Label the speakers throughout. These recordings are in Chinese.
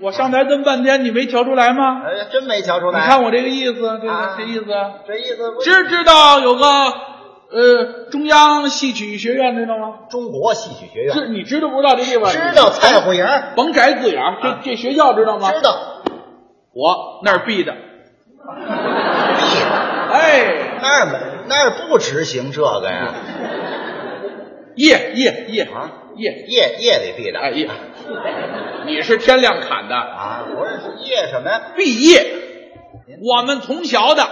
Speaker 1: 我上台这么半天，你没瞧出来吗？
Speaker 2: 哎呀，真没瞧出
Speaker 1: 你
Speaker 2: 来。
Speaker 1: 看我这个意思，这个
Speaker 2: 啊
Speaker 1: 这意思啊，
Speaker 2: 这意思不
Speaker 1: 知不知道有个呃中央戏曲学院，知道吗？
Speaker 2: 中国戏曲学院
Speaker 1: 知你知道不知道这地方？
Speaker 2: 知道蔡虎营，
Speaker 1: 甭摘自个儿，这、
Speaker 2: 啊
Speaker 1: 这学校知道吗？
Speaker 2: 知。道
Speaker 1: 我那儿闭的，哎，
Speaker 2: 那儿没那儿不执行这个
Speaker 1: 嗯
Speaker 2: 呀，
Speaker 1: 夜夜夜
Speaker 2: 啊
Speaker 1: 夜，
Speaker 2: 夜夜里闭的。
Speaker 1: 哎夜，你是天亮砍的，
Speaker 2: 啊，不是夜什么呀？
Speaker 1: 毕 业，我们从小的，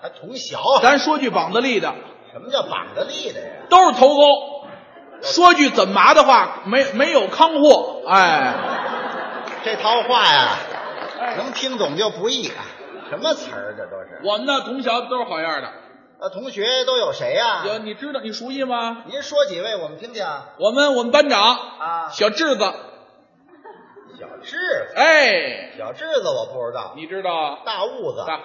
Speaker 2: 还同小，
Speaker 1: 咱说句膀子力的，
Speaker 2: 什么叫绑着立的呀？
Speaker 1: 都是头钩。说句怎麻的话，没没有康货，哎，
Speaker 2: 这套话呀，能听懂就不易啊。什么词儿这都是？
Speaker 1: 我们呢从小都是好样的。
Speaker 2: 呃，同学都有谁呀、
Speaker 1: 有你知道你熟悉吗？
Speaker 2: 您说几位我们听听啊？
Speaker 1: 我们我们班长
Speaker 2: 啊
Speaker 1: 小智子，
Speaker 2: 小智子，
Speaker 1: 哎，
Speaker 2: 小智子我不知道，
Speaker 1: 你知道啊？
Speaker 2: 大痦子，
Speaker 1: 大，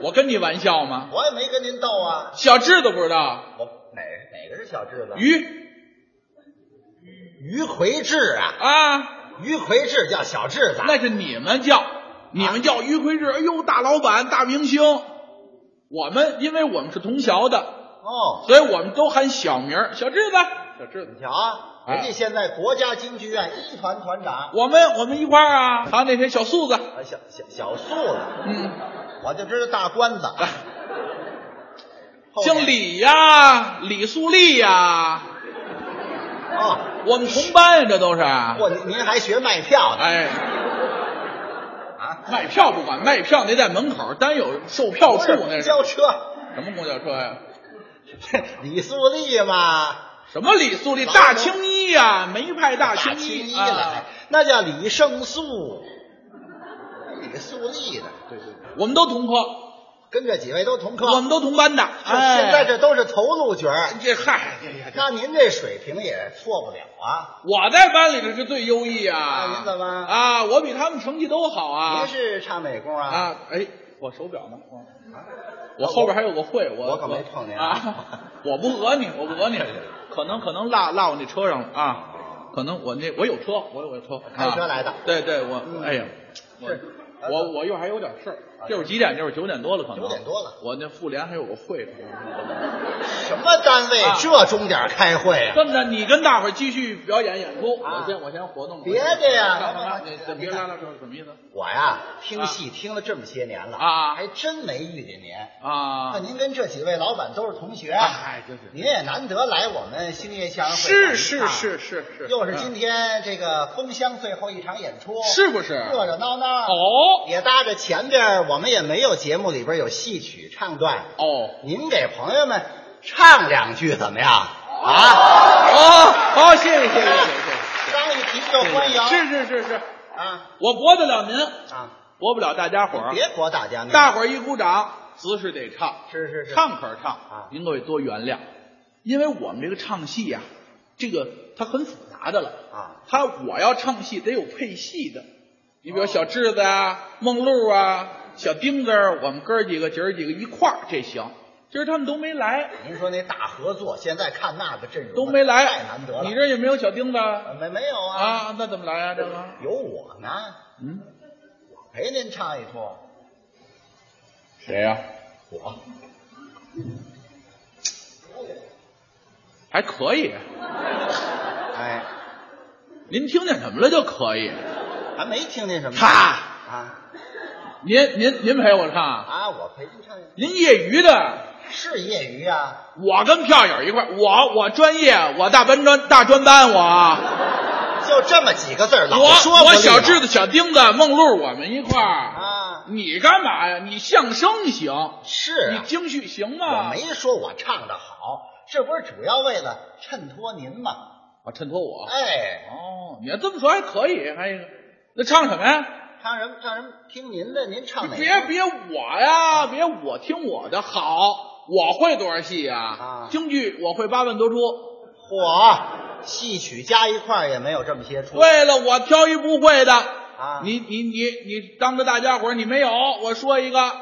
Speaker 1: 我跟你玩笑吗？
Speaker 2: 我也没跟您斗啊。
Speaker 1: 小智都不知道，
Speaker 2: 我哪哪个是小智子？
Speaker 1: 鱼
Speaker 2: 于魁智啊，
Speaker 1: 啊，
Speaker 2: 于魁智叫小智子。
Speaker 1: 那是你们叫，你们叫于魁智，哎呦，大老板，大明星。我们因为我们是同校的，
Speaker 2: 哦，
Speaker 1: 所以我们都喊小名儿小智子，小智子。
Speaker 2: 你瞧啊，人家现在国家京剧院一团团长，
Speaker 1: 我们我们一块儿啊，还有那谁小素子，
Speaker 2: 啊，小小小啊素子，
Speaker 1: 嗯，
Speaker 2: 我就知道大关子，后面
Speaker 1: 姓李呀，李素丽呀，
Speaker 2: 哦，
Speaker 1: 我们同班呀，这都是。
Speaker 2: 嚯，您您还学卖票呢
Speaker 1: 哎，
Speaker 2: 啊？
Speaker 1: 卖票不管，卖票那在门口，单有售票处
Speaker 2: 不
Speaker 1: 那
Speaker 2: 是
Speaker 1: 是
Speaker 2: 交车，
Speaker 1: 什么公交车呀？
Speaker 2: 李素丽嘛，
Speaker 1: 什么李素丽
Speaker 2: 老
Speaker 1: 大
Speaker 2: 头
Speaker 1: 青衣呀、梅派大
Speaker 2: 大
Speaker 1: 青
Speaker 2: 青衣
Speaker 1: 啊
Speaker 2: 了，那叫李胜素，李素丽的，对对，
Speaker 1: 我们都同科，
Speaker 2: 跟这几位都同科，
Speaker 1: 我们都同班的。
Speaker 2: 是哎现在
Speaker 1: 这
Speaker 2: 这都是头路角儿，
Speaker 1: 这嗨，这这这
Speaker 2: 那您这水平也错不了啊。
Speaker 1: 我在班里头是最优异啊！
Speaker 2: 啊您怎么
Speaker 1: 啊？我比他们成绩都好啊！
Speaker 2: 您是唱美工啊？
Speaker 1: 啊，哎，我手表呢？我我后边还有个会，我
Speaker 2: 我可没碰您啊
Speaker 1: 啊！我不讹你，我不讹你，可能可能落落我那车上了啊！可能我那我有车，我有我有车，
Speaker 2: 哦开车
Speaker 1: 啊
Speaker 2: 来的
Speaker 1: 对对，我
Speaker 2: 嗯
Speaker 1: 哎呀，我
Speaker 2: 是啊
Speaker 1: 我我一会儿还有点事儿
Speaker 2: 啊，
Speaker 1: 这会儿几点？这会儿九点多了，可能
Speaker 2: 九点多了。
Speaker 1: 我那妇联还有个会，可能
Speaker 2: 什么单位
Speaker 1: 啊
Speaker 2: 这钟点儿开会啊？
Speaker 1: 这么着，你跟大伙儿继续表演演出，
Speaker 2: 啊
Speaker 1: 我先我先活动活动。
Speaker 2: 别介呀
Speaker 1: 干嘛？你
Speaker 2: 别
Speaker 1: 你别
Speaker 2: 别
Speaker 1: 拉拉扯扯，什么意思
Speaker 2: 我呀，听戏听了这么些年了
Speaker 1: 啊
Speaker 2: 还真没遇见您。
Speaker 1: 啊
Speaker 2: 那？您跟这几位老板都是同学，
Speaker 1: 哎，真是
Speaker 2: 您也难得来我们兴业相声会馆
Speaker 1: 是是
Speaker 2: 一趟
Speaker 1: 是是是，
Speaker 2: 又是
Speaker 1: 嗯
Speaker 2: 今天这个封箱最后一场演出，
Speaker 1: 是不是？
Speaker 2: 热热闹闹。，
Speaker 1: 哦
Speaker 2: 也搭着前边我们也没有节目里边有戏曲唱段，
Speaker 1: 哦
Speaker 2: 您给朋友们唱两句怎么样？啊，
Speaker 1: 哦，好，谢谢谢谢谢谢
Speaker 2: 张雨提受欢迎，
Speaker 1: 是是是是，
Speaker 2: 啊
Speaker 1: 我驳得了您，
Speaker 2: 啊，
Speaker 1: 驳不了大家伙儿。
Speaker 2: 别驳大家面，
Speaker 1: 大伙儿一鼓掌，姿势得唱，
Speaker 2: 是是是
Speaker 1: 唱可是唱
Speaker 2: 啊
Speaker 1: 您各位多原谅，因为我们这个唱戏呀、这个它很复杂的了
Speaker 2: 啊。
Speaker 1: 它我要唱戏得有配戏的，你
Speaker 2: 哦
Speaker 1: 比如小智子啊、梦露啊、小丁子儿，我们哥儿几个姐儿几个一块儿这行。今儿他们都没来，
Speaker 2: 您说那大合作，现在看那个阵容
Speaker 1: 都没来，
Speaker 2: 太难得了。
Speaker 1: 你这也没有小丁子啊
Speaker 2: 呃没没有啊？
Speaker 1: 啊？那怎么来啊？这个，
Speaker 2: 有我呢，
Speaker 1: 嗯，
Speaker 2: 陪您唱一出。
Speaker 1: 谁
Speaker 2: 啊
Speaker 1: 呀、
Speaker 2: 我
Speaker 1: 还可以，
Speaker 2: 哎，
Speaker 1: 您听见什么了就可以。
Speaker 2: 还没听见什么
Speaker 1: 他，
Speaker 2: 啊
Speaker 1: 您您您陪我唱啊，
Speaker 2: 啊！我陪您唱一
Speaker 1: 您业余的，
Speaker 2: 是业余啊，
Speaker 1: 我跟票友一块儿，我我专业，我大班专大专班我啊，
Speaker 2: 就这么几个字儿，
Speaker 1: 我
Speaker 2: 老说不
Speaker 1: 我
Speaker 2: 利
Speaker 1: 小
Speaker 2: 落
Speaker 1: 智子、小丁子、梦露，我们一块儿。
Speaker 2: 啊，
Speaker 1: 你干嘛呀？你相声行，
Speaker 2: 是
Speaker 1: 你
Speaker 2: 啊，
Speaker 1: 京剧 行
Speaker 2: 我
Speaker 1: 吗？
Speaker 2: 没说我唱的好，这不是主要为了衬托您吗？
Speaker 1: 啊，衬托我。
Speaker 2: 哎，
Speaker 1: 哦，你要这么说还可以，还有一个那唱什么呀？
Speaker 2: 唱什么唱什么？听您的，啊您唱哪个？
Speaker 1: 别别我呀，别我听我的好，我会多少戏呀？
Speaker 2: 啊
Speaker 1: 京剧我会八万多出。
Speaker 2: 嚯，戏曲加一块儿也没有这么些出。
Speaker 1: 对了，我挑一不会的。
Speaker 2: 啊
Speaker 1: 你你你你当着大家伙儿你没有，我说一个，
Speaker 2: 啊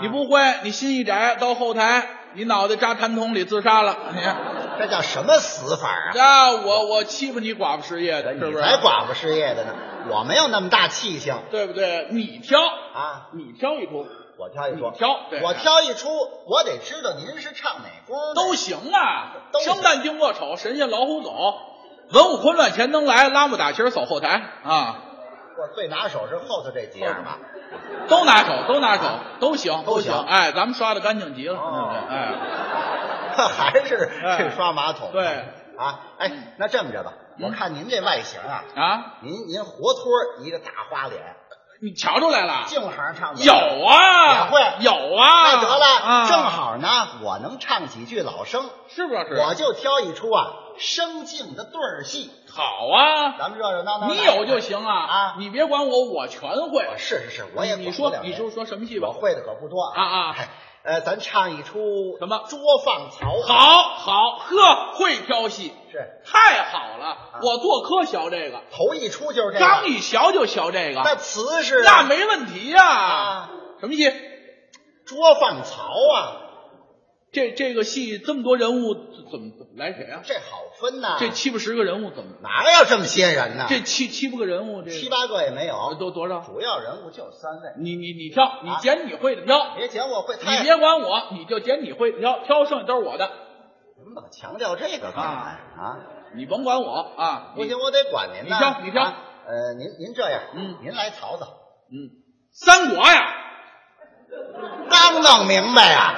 Speaker 1: 你不会，你心一窄到后台，你脑袋扎痰桶里自杀了。你
Speaker 2: 这叫什么死法啊？
Speaker 1: 啊，我我欺负你寡妇失业的，是
Speaker 2: 你
Speaker 1: 不是？
Speaker 2: 才寡妇失业的呢，我没有那么大气性
Speaker 1: 对不对？你挑，
Speaker 2: 啊！
Speaker 1: 你挑一出，
Speaker 2: 我挑一出，
Speaker 1: 你挑对
Speaker 2: 我挑一出，我得知道您是唱哪宫的
Speaker 1: 都行啊
Speaker 2: 都。行
Speaker 1: 生旦净末丑，神仙老虎狗，文武昆乱钱灯来，拉木打旗儿扫后台啊，
Speaker 2: 我最拿手是后头这几样吧？
Speaker 1: 都拿手，都拿手，都行，
Speaker 2: 都
Speaker 1: 行。
Speaker 2: 行
Speaker 1: 哎，咱们刷的干净极了，
Speaker 2: 哦
Speaker 1: 对不对哎，
Speaker 2: 还是
Speaker 1: 哎
Speaker 2: 这刷马桶？
Speaker 1: 对
Speaker 2: 啊，哎，那这么着吧，
Speaker 1: 嗯
Speaker 2: 我看您这外形啊，
Speaker 1: 啊，
Speaker 2: 您您活脱一个大花脸，
Speaker 1: 你瞧出来了？
Speaker 2: 净行唱不了
Speaker 1: 有啊，
Speaker 2: 也会
Speaker 1: 有啊，
Speaker 2: 那得了，
Speaker 1: 啊、
Speaker 2: 正，好呢，我能唱几句老生，
Speaker 1: 是不是？
Speaker 2: 我就挑一出啊生净的对儿戏，
Speaker 1: 好啊，
Speaker 2: 咱们热热闹闹。
Speaker 1: 你有就行啊
Speaker 2: 啊
Speaker 1: 你别管我，我全会。
Speaker 2: 是是是，我也
Speaker 1: 你
Speaker 2: 管不
Speaker 1: 说
Speaker 2: 了
Speaker 1: 你
Speaker 2: 人
Speaker 1: 说说什么戏吧
Speaker 2: 我？会的可不多
Speaker 1: 啊啊
Speaker 2: 哎呃，咱唱一出
Speaker 1: 什么
Speaker 2: 捉放曹操
Speaker 1: 好好呵，会挑戏，
Speaker 2: 是
Speaker 1: 太好
Speaker 2: 啊
Speaker 1: 了！我做科学这个，
Speaker 2: 头一出就是这个，
Speaker 1: 刚一学就学这
Speaker 2: 那
Speaker 1: 个，
Speaker 2: 词
Speaker 1: 啊
Speaker 2: 是
Speaker 1: 那没问题呀、
Speaker 2: 啊，
Speaker 1: 什么戏？
Speaker 2: 捉放曹啊，
Speaker 1: 这这个戏这么多人物，怎么怎么来谁啊？
Speaker 2: 这好分呐，
Speaker 1: 这七八十个人物怎么？
Speaker 2: 哪有这么些人呢？
Speaker 1: 这七七八个人物，这
Speaker 2: 啊七八个也啊没有，
Speaker 1: 都多少？
Speaker 2: 主要人物就三位，
Speaker 1: 你你你挑，你捡你会的挑，
Speaker 2: 别讲我会
Speaker 1: 你
Speaker 2: 太，
Speaker 1: 别管我，你就捡你会的挑，挑剩下都是我的，
Speaker 2: 你们老强调这个干嘛呀？啊，
Speaker 1: 你甭管我啊！
Speaker 2: 不行，我得管您
Speaker 1: 你
Speaker 2: 呐。
Speaker 1: 挑你挑
Speaker 2: 啊呃，您您这样，
Speaker 1: 嗯
Speaker 2: 您来曹操，
Speaker 1: 嗯，三国呀，
Speaker 2: 刚弄明白呀，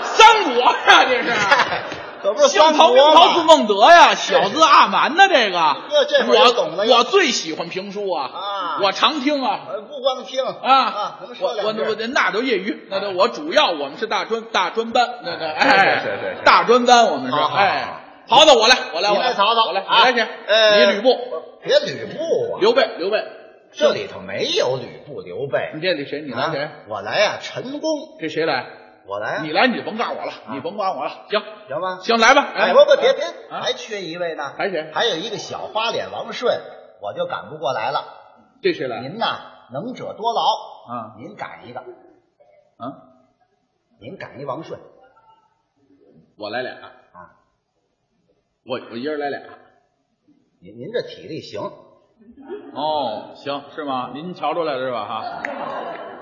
Speaker 1: 三国呀，这 是。啊
Speaker 2: 可不是
Speaker 1: 像
Speaker 2: 三
Speaker 1: 陶明、
Speaker 2: 国
Speaker 1: 陶朱
Speaker 2: 吗？
Speaker 1: 孟德呀，小
Speaker 2: 是
Speaker 1: 字阿蛮的这个，
Speaker 2: 这会儿就懂了
Speaker 1: 我
Speaker 2: 又
Speaker 1: 我最喜欢评书啊，
Speaker 2: 啊
Speaker 1: 我常听啊
Speaker 2: 呃，不光听
Speaker 1: 啊，
Speaker 2: 能
Speaker 1: 我
Speaker 2: 说
Speaker 1: 我
Speaker 2: 两句
Speaker 1: 我那都业余，那都我主要我们是大专大专班，那个
Speaker 2: 是
Speaker 1: 哎，
Speaker 2: 是是是
Speaker 1: 大专班我们是
Speaker 2: 好好好
Speaker 1: 哎，曹操我来我来
Speaker 2: 你
Speaker 1: 我
Speaker 2: 来曹操，
Speaker 1: 我来
Speaker 2: 啊
Speaker 1: 我来去，
Speaker 2: 呃，
Speaker 1: 你吕布，
Speaker 2: 别吕布啊，
Speaker 1: 刘备刘备，
Speaker 2: 这里头没有吕布、刘备
Speaker 1: 你，这里谁嗯你来谁
Speaker 2: 啊？我来呀，陈宫，
Speaker 1: 这谁来？
Speaker 2: 我来啊，
Speaker 1: 你来你就甭告诉我了，你甭管我了，行
Speaker 2: 行吗？
Speaker 1: 行来吧，
Speaker 2: 哎，不不，别别
Speaker 1: 啊，
Speaker 2: 还缺一位呢，
Speaker 1: 还谁
Speaker 2: 还有一个小花脸王顺，我就赶不过来了。
Speaker 1: 这谁来？
Speaker 2: 您呐，能者多劳，
Speaker 1: 啊
Speaker 2: 您赶一个，
Speaker 1: 啊，
Speaker 2: 您赶一王顺
Speaker 1: 我来俩，
Speaker 2: 啊，
Speaker 1: 我我一人来俩。
Speaker 2: 您您这体力行，
Speaker 1: 哦，行，是吗？您瞧出来了是吧？哈，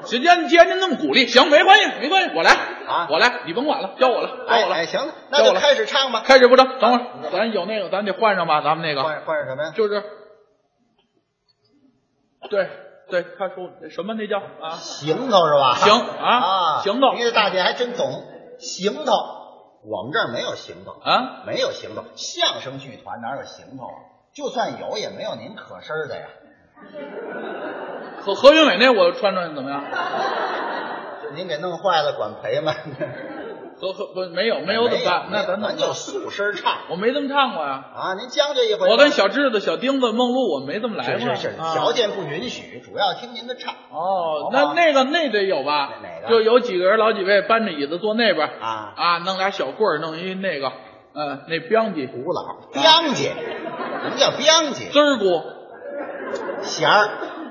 Speaker 1: 既然既然您那么鼓励，行，没关系，没关系，我来
Speaker 2: 啊
Speaker 1: 我来，你甭管了，交我了，交
Speaker 2: 哎
Speaker 1: 我了。
Speaker 2: 哎，行
Speaker 1: 交
Speaker 2: 了，那
Speaker 1: 我
Speaker 2: 就
Speaker 1: 了
Speaker 2: 开始唱吧。
Speaker 1: 开始不成，等会儿咱有那个，咱得换上吧，咱们那个
Speaker 2: 换换上什么呀？
Speaker 1: 就是，对对，他说什么那叫啊？
Speaker 2: 行头是吧？
Speaker 1: 行啊
Speaker 2: 啊，
Speaker 1: 行头
Speaker 2: 您这大姐还真懂，行头。我们这儿没有行头，
Speaker 1: 啊，
Speaker 2: 没有行头，相声剧团哪有行头啊？就算有，也没有您可身儿的呀。
Speaker 1: 何何云伟那我穿穿怎么样？
Speaker 2: 这您给弄坏了，管赔吗？
Speaker 1: 何何不没有没有怎么办？那咱怎
Speaker 2: 咱
Speaker 1: 么办
Speaker 2: 就素身唱
Speaker 1: 我没这么唱过呀。
Speaker 2: 啊！您将就一回吧，
Speaker 1: 我跟小智子、小钉子、梦露，我没这么来
Speaker 2: 是
Speaker 1: 过。
Speaker 2: 是是，
Speaker 1: 啊
Speaker 2: 条件不允许，主要听您的唱
Speaker 1: 哦
Speaker 2: 好，
Speaker 1: 那
Speaker 2: 吧
Speaker 1: 那个那得有吧？
Speaker 2: 哪哪个
Speaker 1: 就有几个人，老几位搬着椅子坐那边儿
Speaker 2: 啊。
Speaker 1: 啊，弄俩小棍儿，弄一那个，嗯，那彪叽
Speaker 2: 古
Speaker 1: 啊
Speaker 2: 老编辑，什么叫编辑？
Speaker 1: 滋儿鼓
Speaker 2: 弦儿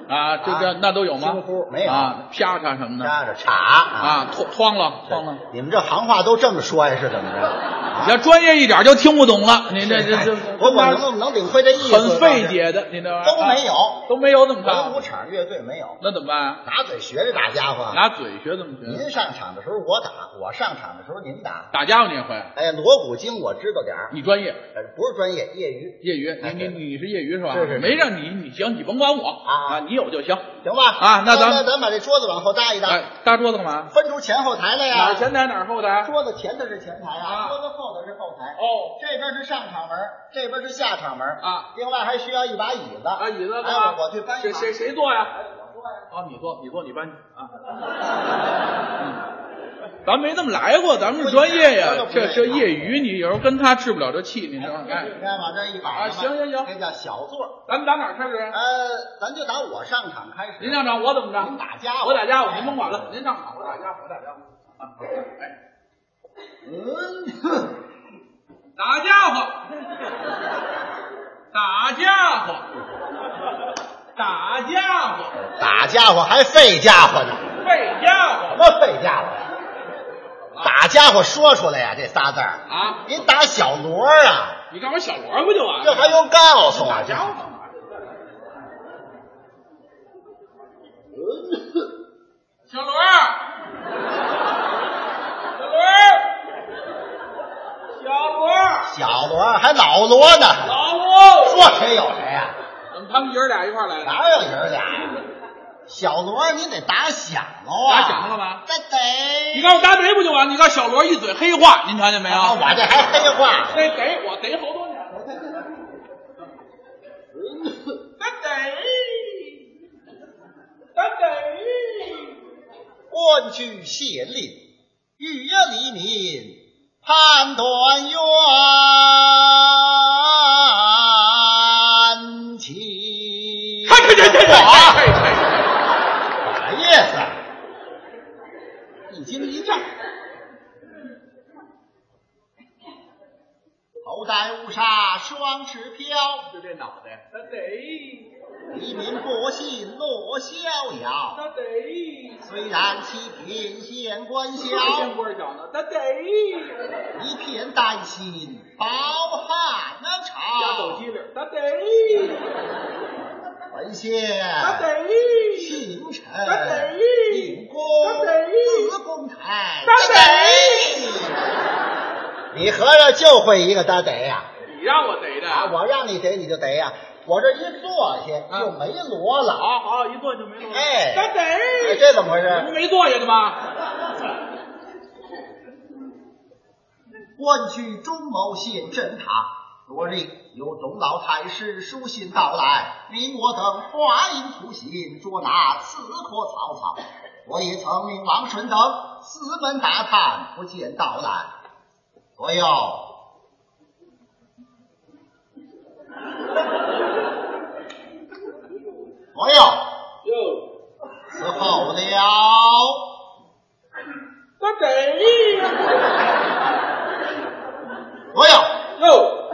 Speaker 1: 啊，这这
Speaker 2: 啊
Speaker 1: 那都有吗？
Speaker 2: 京呼没有
Speaker 1: 啊，啪嚓什么的
Speaker 2: 扎着叉啊！
Speaker 1: 啊，哐哐啷哐啷。
Speaker 2: 你们这行话都这么说呀？是怎么着？啊
Speaker 1: 你要专业一点就听不懂了，你这这这
Speaker 2: 我我能能领会这意思，
Speaker 1: 很费，解啊的，你这玩意儿
Speaker 2: 都没有，
Speaker 1: 都没有怎么
Speaker 2: 文
Speaker 1: 唱
Speaker 2: 武？场乐队没有，
Speaker 1: 那怎么办啊？
Speaker 2: 打嘴学着打家伙。
Speaker 1: 拿嘴学怎么学？
Speaker 2: 您上场的时候我打，我上场的时候您打。
Speaker 1: 打家伙你也会？
Speaker 2: 哎，锣鼓经我知道点儿，
Speaker 1: 你专业
Speaker 2: 呃不是专业，业余，
Speaker 1: 业余？你
Speaker 2: 哎
Speaker 1: 你
Speaker 2: 对
Speaker 1: 你是业余是吧？
Speaker 2: 是是是
Speaker 1: 没让你你行，你甭管我
Speaker 2: 啊
Speaker 1: 啊，你有就行。
Speaker 2: 行吧？
Speaker 1: 啊那咱
Speaker 2: 咱把这桌子往后搭一搭，
Speaker 1: 哎，搭桌子干嘛？
Speaker 2: 分出前后台来呀。
Speaker 1: 哪儿前台哪儿后台？
Speaker 2: 桌子前头是前台
Speaker 1: 啊
Speaker 2: 啊，桌子后头是后台。
Speaker 1: 哦，
Speaker 2: 这边是上场门，这边是下场门
Speaker 1: 啊。
Speaker 2: 另外还需要一把椅子，
Speaker 1: 啊，椅子干
Speaker 2: 哎
Speaker 1: 嘛，？
Speaker 2: 我去搬一
Speaker 1: 谁
Speaker 2: 把
Speaker 1: 谁谁坐呀？啊，你坐，你坐，你搬去啊。嗯咱没这么来过，咱们是专业呀，这这业余，你有时候跟他治不了这气，你知道吗？哎，
Speaker 2: 你看往这一摆
Speaker 1: 啊行行行
Speaker 2: 那叫小座。
Speaker 1: 咱们打哪儿开始？
Speaker 2: 呃，咱就打我上场开始。
Speaker 1: 您让场，我怎么着？
Speaker 2: 您打家伙
Speaker 1: 嗯我打家伙，您甭管了，您上场，我打家伙，我打家伙。啊好哎，
Speaker 2: 嗯，哼
Speaker 1: 打家伙，打家伙，打家伙，
Speaker 2: 打家伙还费家伙呢，
Speaker 1: 废家伙
Speaker 2: 什。么费家伙呀？打哪家伙说出来呀、这仨字儿？
Speaker 1: 啊！
Speaker 2: 您打小锣儿啊，
Speaker 1: 你干嘛小锣不就完
Speaker 2: 这
Speaker 1: 了？
Speaker 2: 还用告诉我
Speaker 1: 打
Speaker 2: 这
Speaker 1: 家？伙干嘛？小罗嗯儿，小罗儿，小罗儿，
Speaker 2: 小锣儿还老锣呢？
Speaker 1: 老罗，
Speaker 2: 说谁有谁呀、
Speaker 1: 怎么他们爷儿俩一块儿来的？
Speaker 2: 哪有爷儿俩呀？小锣儿您得打响喽啊！
Speaker 1: 打响了吗？
Speaker 2: 那得。
Speaker 1: 你告诉我答贼不就完了？你告诉小罗一嘴黑话，您瞧见没有？
Speaker 2: 啊，我这还黑 话，
Speaker 1: 那贼我贼好多年了。那贼，那贼，
Speaker 2: 官居县令，预约黎民判断冤情。
Speaker 1: 看看这这这，
Speaker 2: 我
Speaker 1: 我
Speaker 2: 啥意思？一惊一乍。头戴乌纱双翅飘，
Speaker 1: 就这脑袋，那贼，
Speaker 2: 黎民不信落逍遥。
Speaker 1: 那贼。
Speaker 2: 虽然七品县官小，
Speaker 1: 先官小呢，那贼，
Speaker 2: 一片丹心饱汉
Speaker 1: 家走
Speaker 2: 朝。
Speaker 1: 机灵，那贼，
Speaker 2: 文
Speaker 1: 那
Speaker 2: 献
Speaker 1: 贼，
Speaker 2: 清晨
Speaker 1: 那得，
Speaker 2: 领功
Speaker 1: 那得，
Speaker 2: 子公台，
Speaker 1: 那
Speaker 2: 得。你合着就会一个大得呀？
Speaker 1: 你让我贼的
Speaker 2: 啊，我让你得你就得呀！我这一坐下
Speaker 1: 啊
Speaker 2: 就没锣了，
Speaker 1: 好好一坐就没动。
Speaker 2: 哎
Speaker 1: 那
Speaker 2: 哎，
Speaker 1: 贼，
Speaker 2: 这怎么回
Speaker 1: 不
Speaker 2: 事？
Speaker 1: 没坐下的吗？
Speaker 2: 官居中牟县镇堂，昨日有董老太师书信到来，令我等华阴图行，捉拿刺客曹操。我也曾令王顺等四门打探，不见到来。左右，左右，
Speaker 1: 哟，
Speaker 2: 伺候了。
Speaker 1: 那贼，
Speaker 2: 左右，
Speaker 1: 哟，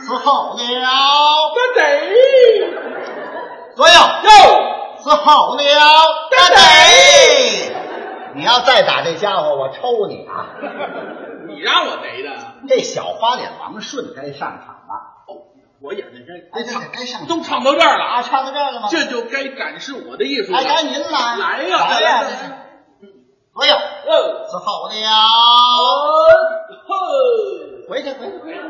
Speaker 2: 伺候了，
Speaker 1: 那贼，
Speaker 2: 左右，
Speaker 1: 哟，
Speaker 2: 伺候了，大贼！你要再打这家伙，我抽你啊！
Speaker 1: 你让我贼的，
Speaker 2: 这小花脸王顺该上场了，
Speaker 1: 我眼睛该
Speaker 2: 哎，对对，该上
Speaker 1: 都唱到这儿了
Speaker 2: 啊，
Speaker 1: 啊，
Speaker 2: 唱到这儿了吗？
Speaker 1: 这就该展示我的艺术
Speaker 2: 哎，该
Speaker 1: 了。
Speaker 2: 您来，
Speaker 1: 来呀
Speaker 2: 来
Speaker 1: 来呀
Speaker 2: 来来左右，
Speaker 1: 哦，
Speaker 2: 伺候了，
Speaker 1: 哦，
Speaker 2: 回去回去回去。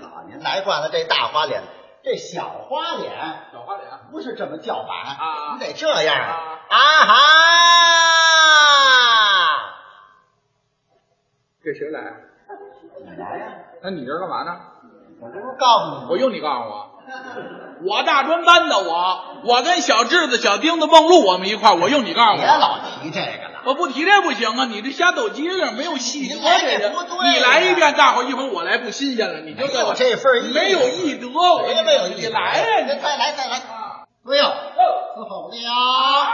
Speaker 2: 好，您来惯了这大花脸，这小花脸
Speaker 1: 小花脸，
Speaker 2: 不是这么叫板
Speaker 1: 啊
Speaker 2: 你得这样
Speaker 1: 啊
Speaker 2: 啊哈！
Speaker 1: 这谁来？啊
Speaker 2: 你来呀、
Speaker 1: 那你这儿干嘛呢？
Speaker 2: 我这不告诉你吗
Speaker 1: 我用你告诉我，我大专班的我，我跟小智子、小丁子、梦露我们一块儿，我用你告诉
Speaker 2: 别
Speaker 1: 我，
Speaker 2: 老提这个了。
Speaker 1: 我不提这不行啊！你这瞎抖机灵，没有细
Speaker 2: 你
Speaker 1: 说
Speaker 2: 来
Speaker 1: 这
Speaker 2: 这
Speaker 1: 个
Speaker 2: 不对，呀啊
Speaker 1: 你来一遍，大伙儿一会儿我来不新鲜了，你就
Speaker 2: 没有这份意义
Speaker 1: 没有艺德，我
Speaker 2: 别没有意
Speaker 1: 你
Speaker 2: 思。
Speaker 1: 来呀，你
Speaker 2: 您再来再来。
Speaker 1: 啊，
Speaker 2: 左右，
Speaker 1: 哦
Speaker 2: 伺候了，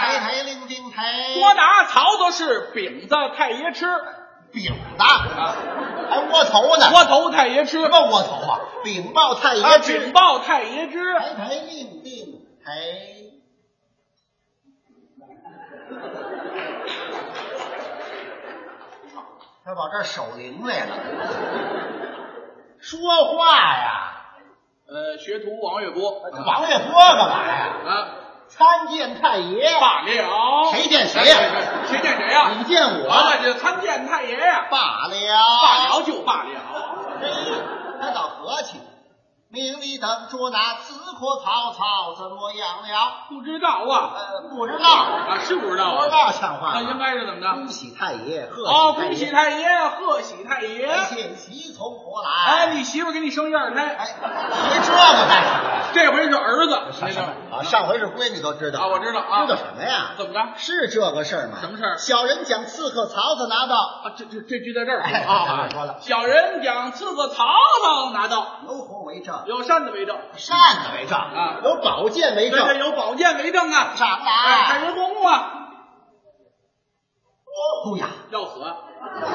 Speaker 2: 抬
Speaker 1: 哎
Speaker 2: 抬令令抬，
Speaker 1: 捉拿曹操是饼子太爷吃，
Speaker 2: 饼子，还窝头呢？
Speaker 1: 窝头太爷吃，
Speaker 2: 什么窝头啊？饼爆太
Speaker 1: 啊
Speaker 2: 爷
Speaker 1: 饼
Speaker 2: 吃，
Speaker 1: 爆太爷吃，
Speaker 2: 抬抬令令抬。他往这儿守灵来了，说话呀！
Speaker 1: 呃，学徒王月波，
Speaker 2: 王月波干嘛呀？
Speaker 1: 啊。
Speaker 2: 参见太爷，
Speaker 1: 罢了，
Speaker 2: 谁见谁呀
Speaker 1: 谁见谁呀？
Speaker 2: 你见我，
Speaker 1: 我这参见太爷呀，
Speaker 2: 罢了，
Speaker 1: 罢了就罢了。
Speaker 2: 嘿，他倒和气。命你等捉拿刺客曹操怎么样了？
Speaker 1: 不知道啊，
Speaker 2: 呃，不知道，
Speaker 1: 啊是不知道
Speaker 2: 不知
Speaker 1: 啊，
Speaker 2: 道像话
Speaker 1: 那应
Speaker 2: 吗？
Speaker 1: 该是怎么
Speaker 2: 恭
Speaker 1: 着？
Speaker 2: 喜太爷，贺
Speaker 1: 哦，恭喜
Speaker 2: 喜
Speaker 1: 太爷，贺喜太爷
Speaker 2: 爷！，见喜从何来？
Speaker 1: 哎，你媳妇给你生一二
Speaker 2: 哎，
Speaker 1: 胎，
Speaker 2: 学这个干什么呀？
Speaker 1: 这回是儿子，那
Speaker 2: 么啊，
Speaker 1: 个
Speaker 2: 上回是闺女都知道
Speaker 1: 啊，我知道啊，
Speaker 2: 知道什么呀？
Speaker 1: 怎么着？啊，
Speaker 2: 是这个事儿吗？
Speaker 1: 什么事儿
Speaker 2: 小人讲刺客曹操拿到，
Speaker 1: 啊这这这句在这儿
Speaker 2: 哎
Speaker 1: 啊
Speaker 2: 这儿说了
Speaker 1: 小人讲刺客曹操拿到，
Speaker 2: 有火为证，
Speaker 1: 有扇子为证，
Speaker 2: 扇子为证
Speaker 1: 啊
Speaker 2: 有宝剑为
Speaker 1: 这
Speaker 2: 证，
Speaker 1: 有宝剑为证啊，
Speaker 2: 上来
Speaker 1: 哎还人光顾啊，
Speaker 2: 哦呀，
Speaker 1: 要死，啊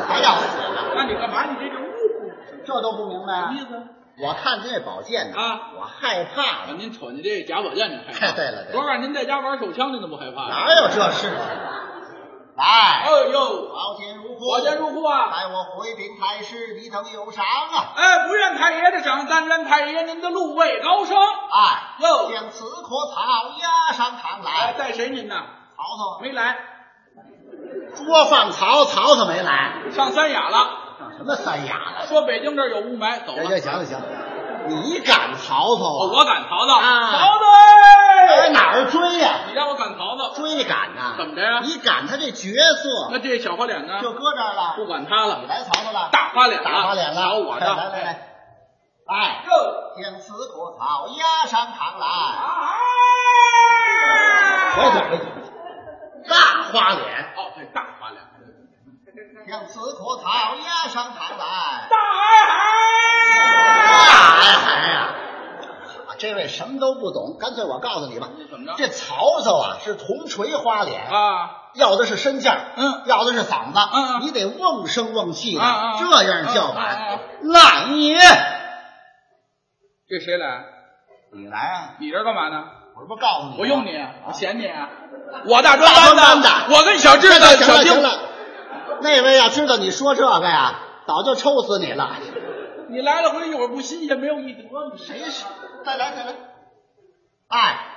Speaker 2: 还要死呢，
Speaker 1: 那你干嘛？你这就误会。
Speaker 2: 哎这都不明白
Speaker 1: 什么意
Speaker 2: 啊。
Speaker 1: 思？
Speaker 2: 我看见这宝剑呢，
Speaker 1: 啊
Speaker 2: 我害怕
Speaker 1: 啊，
Speaker 2: 了，
Speaker 1: 您瞅您这贾宝剑，您害怕？
Speaker 2: 哎对了对了
Speaker 1: 昨晚您在家玩手枪，您怎么不害怕呀？
Speaker 2: 哪有这事情啊？
Speaker 1: 哎
Speaker 2: 来，
Speaker 1: 呦，
Speaker 2: 宝剑如虎，
Speaker 1: 我先入库啊！
Speaker 2: 待我回禀太师，你等有赏啊！
Speaker 1: 哎，不愿太爷的赏，但愿太爷您的禄位高升。
Speaker 2: 哎，
Speaker 1: 哟
Speaker 2: 将此棵草押上堂
Speaker 1: 哎，
Speaker 2: 来。
Speaker 1: 带谁您呢？
Speaker 2: 曹操，
Speaker 1: 没来，
Speaker 2: 捉放曹，曹操没来，
Speaker 1: 上三亚了。
Speaker 2: 上什么三亚了？
Speaker 1: 说北京这儿有雾霾，走
Speaker 2: 行
Speaker 1: 了
Speaker 2: 行。行行，你赶曹
Speaker 1: 哦，
Speaker 2: 操啊？
Speaker 1: 我赶曹操，
Speaker 2: 啊
Speaker 1: 曹操
Speaker 2: 哎，
Speaker 1: 哎，
Speaker 2: 哪儿追呀、
Speaker 1: 你让我赶曹操，
Speaker 2: 追赶呐？
Speaker 1: 怎么着呀
Speaker 2: 你赶他这角
Speaker 1: 那
Speaker 2: 色
Speaker 1: 这小花脸呢？
Speaker 2: 就搁这儿
Speaker 1: 不
Speaker 2: 了，
Speaker 1: 管他
Speaker 2: 你
Speaker 1: 了，
Speaker 2: 来曹操了，
Speaker 1: 大花脸了，
Speaker 2: 打发脸了，
Speaker 1: 瞧我
Speaker 2: 来来来
Speaker 1: 的，
Speaker 2: 来，哎，
Speaker 1: 哟
Speaker 2: 将此棵草押上堂来。
Speaker 1: 哎
Speaker 2: 回去，大花脸，
Speaker 1: 哦，对，大花脸，
Speaker 2: 将此棵草押上堂来。
Speaker 1: 大
Speaker 2: 大
Speaker 1: 海
Speaker 2: 哎孩呀！我这位什么都不懂，干脆我告诉你吧，
Speaker 1: 怎么着？
Speaker 2: 这曹操啊是铜锤花脸，
Speaker 1: 嗯啊，
Speaker 2: 要的是身价，
Speaker 1: 嗯，
Speaker 2: 要的是嗓子，
Speaker 1: 嗯嗯
Speaker 2: 你得瓮声瓮气的，
Speaker 1: 啊啊啊
Speaker 2: 这样叫
Speaker 1: 啊啊啊
Speaker 2: 板。那你，
Speaker 1: 这谁来？
Speaker 2: 你来啊！
Speaker 1: 你这干嘛呢？
Speaker 2: 我这不告诉你，啊
Speaker 1: 我用你，我嫌你啊！我大专
Speaker 2: 大专
Speaker 1: 班
Speaker 2: 班
Speaker 1: 的，我跟小智
Speaker 2: 知道
Speaker 1: 的
Speaker 2: 行
Speaker 1: 小
Speaker 2: 了
Speaker 1: 丁
Speaker 2: 行，了，那位啊，知道你说这个呀，早就抽死你了。
Speaker 1: 你来了回一会儿不新鲜，没有一德，你谁
Speaker 2: 谁是？再来再来，哎，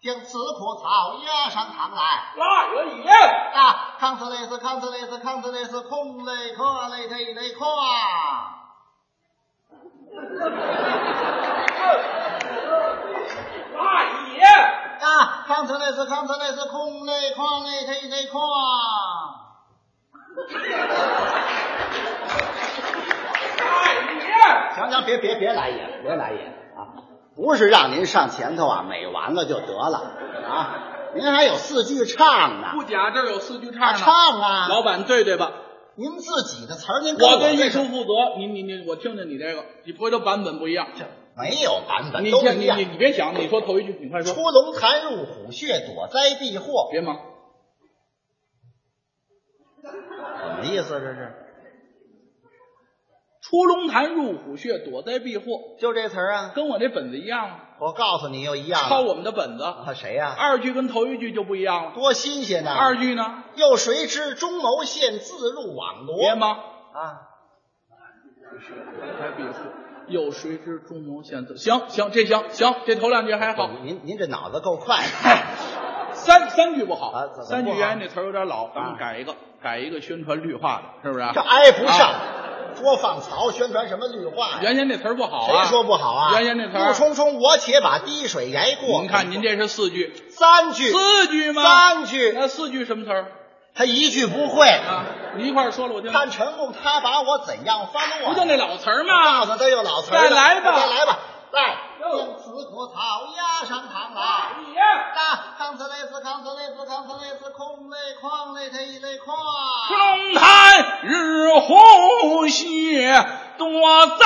Speaker 2: 将此棵草押上堂来。
Speaker 1: 拉惹也？
Speaker 2: 啊，康斯雷斯，康斯雷斯，康斯雷斯，空雷克雷忒雷克啊！
Speaker 1: 拉也？
Speaker 2: 啊，康斯雷斯，康斯雷斯，空雷克雷忒雷克啊！
Speaker 1: 哎大爷，
Speaker 2: 行行，别别别来也了，别来也了啊！不是让您上前头啊，美完了就得了啊！您还有四句唱呢，
Speaker 1: 不假，这儿有四句唱
Speaker 2: 啊
Speaker 1: 呢。
Speaker 2: 唱啊！
Speaker 1: 老板对对吧？
Speaker 2: 您自己的词儿，您跟
Speaker 1: 我对
Speaker 2: 这
Speaker 1: 艺术负责，你你你，我听听你这个，你回头版本不一样。
Speaker 2: 没有版本，
Speaker 1: 你
Speaker 2: 都
Speaker 1: 先
Speaker 2: 一
Speaker 1: 你
Speaker 2: 样
Speaker 1: 你。你别想，你说头一句，你快说，
Speaker 2: 出龙潭，入虎穴，躲灾避祸，
Speaker 1: 别忙。
Speaker 2: 什么意思？这是
Speaker 1: 出龙潭，入虎穴，躲灾避祸，
Speaker 2: 就这词儿啊？
Speaker 1: 跟我这本子一样吗？
Speaker 2: 我告诉你，又一样了。
Speaker 1: 抄我们的本子。
Speaker 2: 啊，谁呀、
Speaker 1: 二句跟头一句就不一样了。
Speaker 2: 多新鲜呐！
Speaker 1: 二句呢？
Speaker 2: 又谁知中牟县自入网罗
Speaker 1: 别忙。
Speaker 2: 啊？
Speaker 1: 还比说有谁知中牟县自行行，这行行，这头两句还好。
Speaker 2: 哦您您这脑子够快的。
Speaker 1: 啊哎三三句不好，
Speaker 2: 啊怎么不好
Speaker 1: 三句原来那词儿有点老，咱们
Speaker 2: 啊
Speaker 1: 改一个，改一个宣传绿化的，是不是啊？
Speaker 2: 这挨不
Speaker 1: 啊
Speaker 2: 上，说放曹宣传什么绿化呀？
Speaker 1: 原先那词儿不好啊，
Speaker 2: 谁说不好啊？
Speaker 1: 原先那词
Speaker 2: 怒
Speaker 1: 儿，
Speaker 2: 冲冲，我且把滴水挨过。
Speaker 1: 您看您这是四句，
Speaker 2: 三句，
Speaker 1: 四句吗？
Speaker 2: 三句，
Speaker 1: 那四句什么词儿
Speaker 2: 他一句不会。
Speaker 1: 啊？你一块儿说了，我听听。
Speaker 2: 看陈公他把我怎样翻落？
Speaker 1: 不就那老词儿吗？
Speaker 2: 告诉他又老词儿
Speaker 1: 再
Speaker 2: 了
Speaker 1: 来吧
Speaker 2: 再来吧，来，用此果草压上堂来。啊，康斯雷斯，康斯雷斯，康斯雷斯，空类矿类它一类矿。
Speaker 1: 中坛日红雪，多灾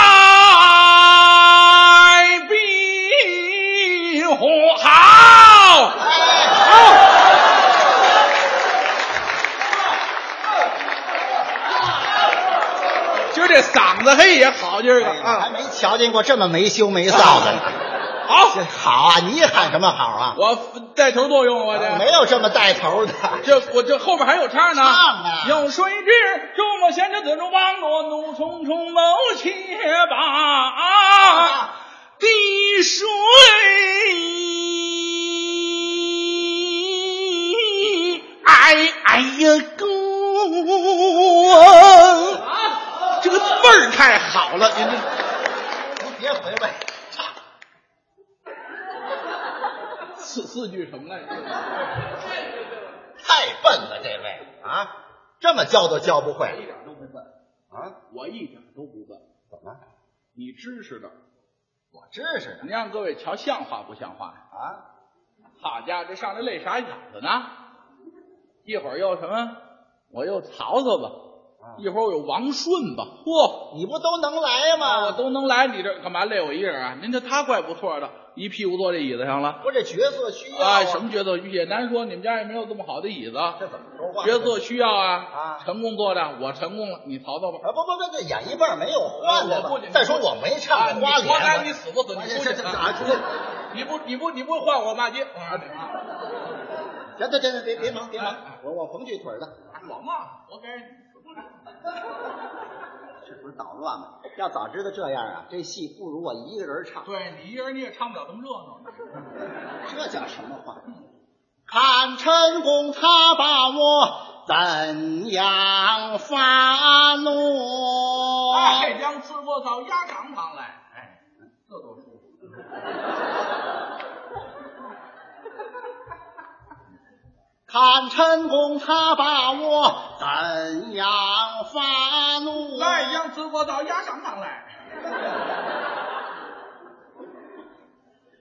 Speaker 1: 避祸。好。
Speaker 2: 哎，
Speaker 1: 今儿这嗓子嘿也好，今儿个
Speaker 2: 还
Speaker 1: 啊，
Speaker 2: 没瞧见过这么没羞没臊的呢。这
Speaker 1: 好，
Speaker 2: 好啊，你喊什么好啊？
Speaker 1: 我带头作用我
Speaker 2: 没
Speaker 1: 这。
Speaker 2: 有这么带头的。
Speaker 1: 这我这后边还有唱呢，
Speaker 2: 唱啊
Speaker 1: 有谁知周末闲着子中王罗怒冲冲谋且把
Speaker 2: 啊
Speaker 1: 滴水哎哎呀哥，这个味儿太好了，您这。
Speaker 2: 您别回味，
Speaker 1: 四四句什么来着？
Speaker 2: 太笨了，这位啊，这么教都教不会
Speaker 1: 点都不笨，
Speaker 2: 啊？
Speaker 1: 我一点都不笨。
Speaker 2: 怎么？
Speaker 1: 你知识的，
Speaker 2: 我知识呢
Speaker 1: 你让各位瞧像话不像话呀？
Speaker 2: 啊？
Speaker 1: 好家伙，这上来累傻眼子呢？一会儿又什么？我又曹操吧，
Speaker 2: 啊
Speaker 1: 一会儿我又王顺吧，嚯！
Speaker 2: 你不都能来
Speaker 1: 啊，我
Speaker 2: 吗？
Speaker 1: 都能来你这儿干嘛累我一人啊？您这他怪不错的，一屁股坐这椅子上了。
Speaker 2: 不是这角色需要啊
Speaker 1: 哎，什么角色也难说，你们家也没有这么好的椅子，
Speaker 2: 这怎么说话？
Speaker 1: 角色需要啊。
Speaker 2: 啊
Speaker 1: 陈功坐着，我陈功了，你曹操吧。
Speaker 2: 啊，不不不，这演一半没有换的
Speaker 1: 我不
Speaker 2: 吧？再说我没唱
Speaker 1: 啊
Speaker 2: 过花
Speaker 1: 你活该
Speaker 2: 脸，
Speaker 1: 你死不死？
Speaker 2: 我
Speaker 1: 你
Speaker 2: 这
Speaker 1: 出
Speaker 2: 这
Speaker 1: 去
Speaker 2: 这
Speaker 1: 啊！
Speaker 2: 啊这，
Speaker 1: 你不你不你不换我骂街啊！
Speaker 2: 行行行，别别忙别忙，我我缝去腿儿了。
Speaker 1: 哎
Speaker 3: 我嘛，
Speaker 1: 活该。
Speaker 2: 这不是捣乱吗？要早知道这样啊，这戏不如我一个人唱。
Speaker 1: 对你一人你也唱不了这么热闹。
Speaker 2: 这叫什么话？看陈公他把我怎样发怒？
Speaker 1: 哎，将吃过草压长堂来，哎，这多舒服。
Speaker 2: 看陈公他把我怎样发怒？
Speaker 1: 哎，将吃过草压长堂来，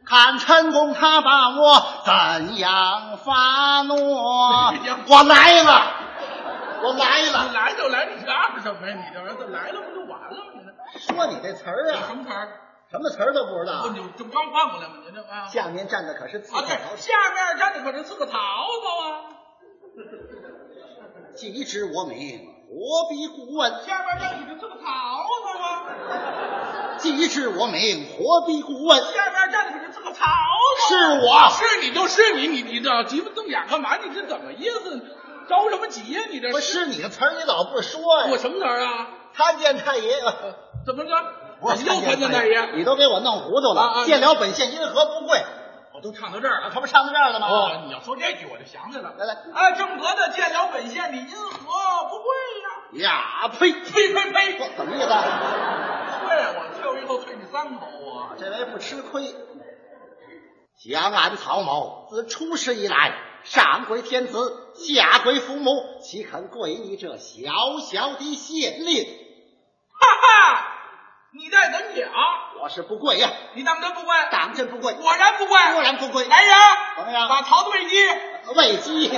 Speaker 2: 看陈公他把我怎样发怒？我来了，我来
Speaker 1: 你
Speaker 2: 了！
Speaker 1: 来就来，你嚷嚷什么呀？你这玩意儿这来了不就完了吗？你这
Speaker 2: 说你这词儿
Speaker 1: 什
Speaker 2: 啊，
Speaker 1: 么词儿？
Speaker 2: 什么词儿都不知
Speaker 1: 不，
Speaker 2: 道。啊
Speaker 1: 你这不刚换过来吗？你这啊
Speaker 2: 下面站的可是刺
Speaker 1: 啊，
Speaker 2: 客
Speaker 1: 对，
Speaker 2: 曹操，
Speaker 1: 下面站的可是刺客曹操啊，
Speaker 2: 既知我名，我必顾问；
Speaker 1: 下面站的可是刺客曹操啊，
Speaker 2: 既知我名，我必顾问。
Speaker 1: 下面站的可是刺客曹操啊。
Speaker 2: 是我，
Speaker 1: 是你就是你，你你这急不瞪眼干嘛？你这怎么意思？着什么急呀、你这
Speaker 2: 不是你的词儿，你老不说
Speaker 1: 我
Speaker 2: 呀？
Speaker 1: 什么词儿啊？
Speaker 2: 参见太爷，
Speaker 1: 怎么着？
Speaker 2: 不
Speaker 1: 怎
Speaker 2: 是
Speaker 1: 么又看见大爷？
Speaker 2: 你都给我弄糊涂
Speaker 1: 啊啊
Speaker 2: 了。见了本县因何不会？
Speaker 1: 我哦都唱到这儿
Speaker 2: 啊，
Speaker 1: 了。
Speaker 2: 他不上到这儿了吗？
Speaker 1: 哦，你要说这句我就想起来了。
Speaker 2: 来来，
Speaker 1: 哎，正格的见了本县，你因何不会呀、
Speaker 2: 呀呸！
Speaker 1: 呸呸呸！
Speaker 2: 我怎么意思啊？
Speaker 1: 对，我退我以后啐你三口啊我。
Speaker 2: 这位不吃亏。江安曹某自出世以来，上归天子，下归父母，岂肯跪你这小小的县令？
Speaker 1: 哈哈，你在等讲，
Speaker 2: 我是不跪呀，
Speaker 1: 你当真不跪？
Speaker 2: 当真不跪，
Speaker 1: 果然不跪。
Speaker 2: 果然不跪。
Speaker 1: 来人，
Speaker 2: 怎么样
Speaker 1: 把曹对击。
Speaker 2: 喂鸡，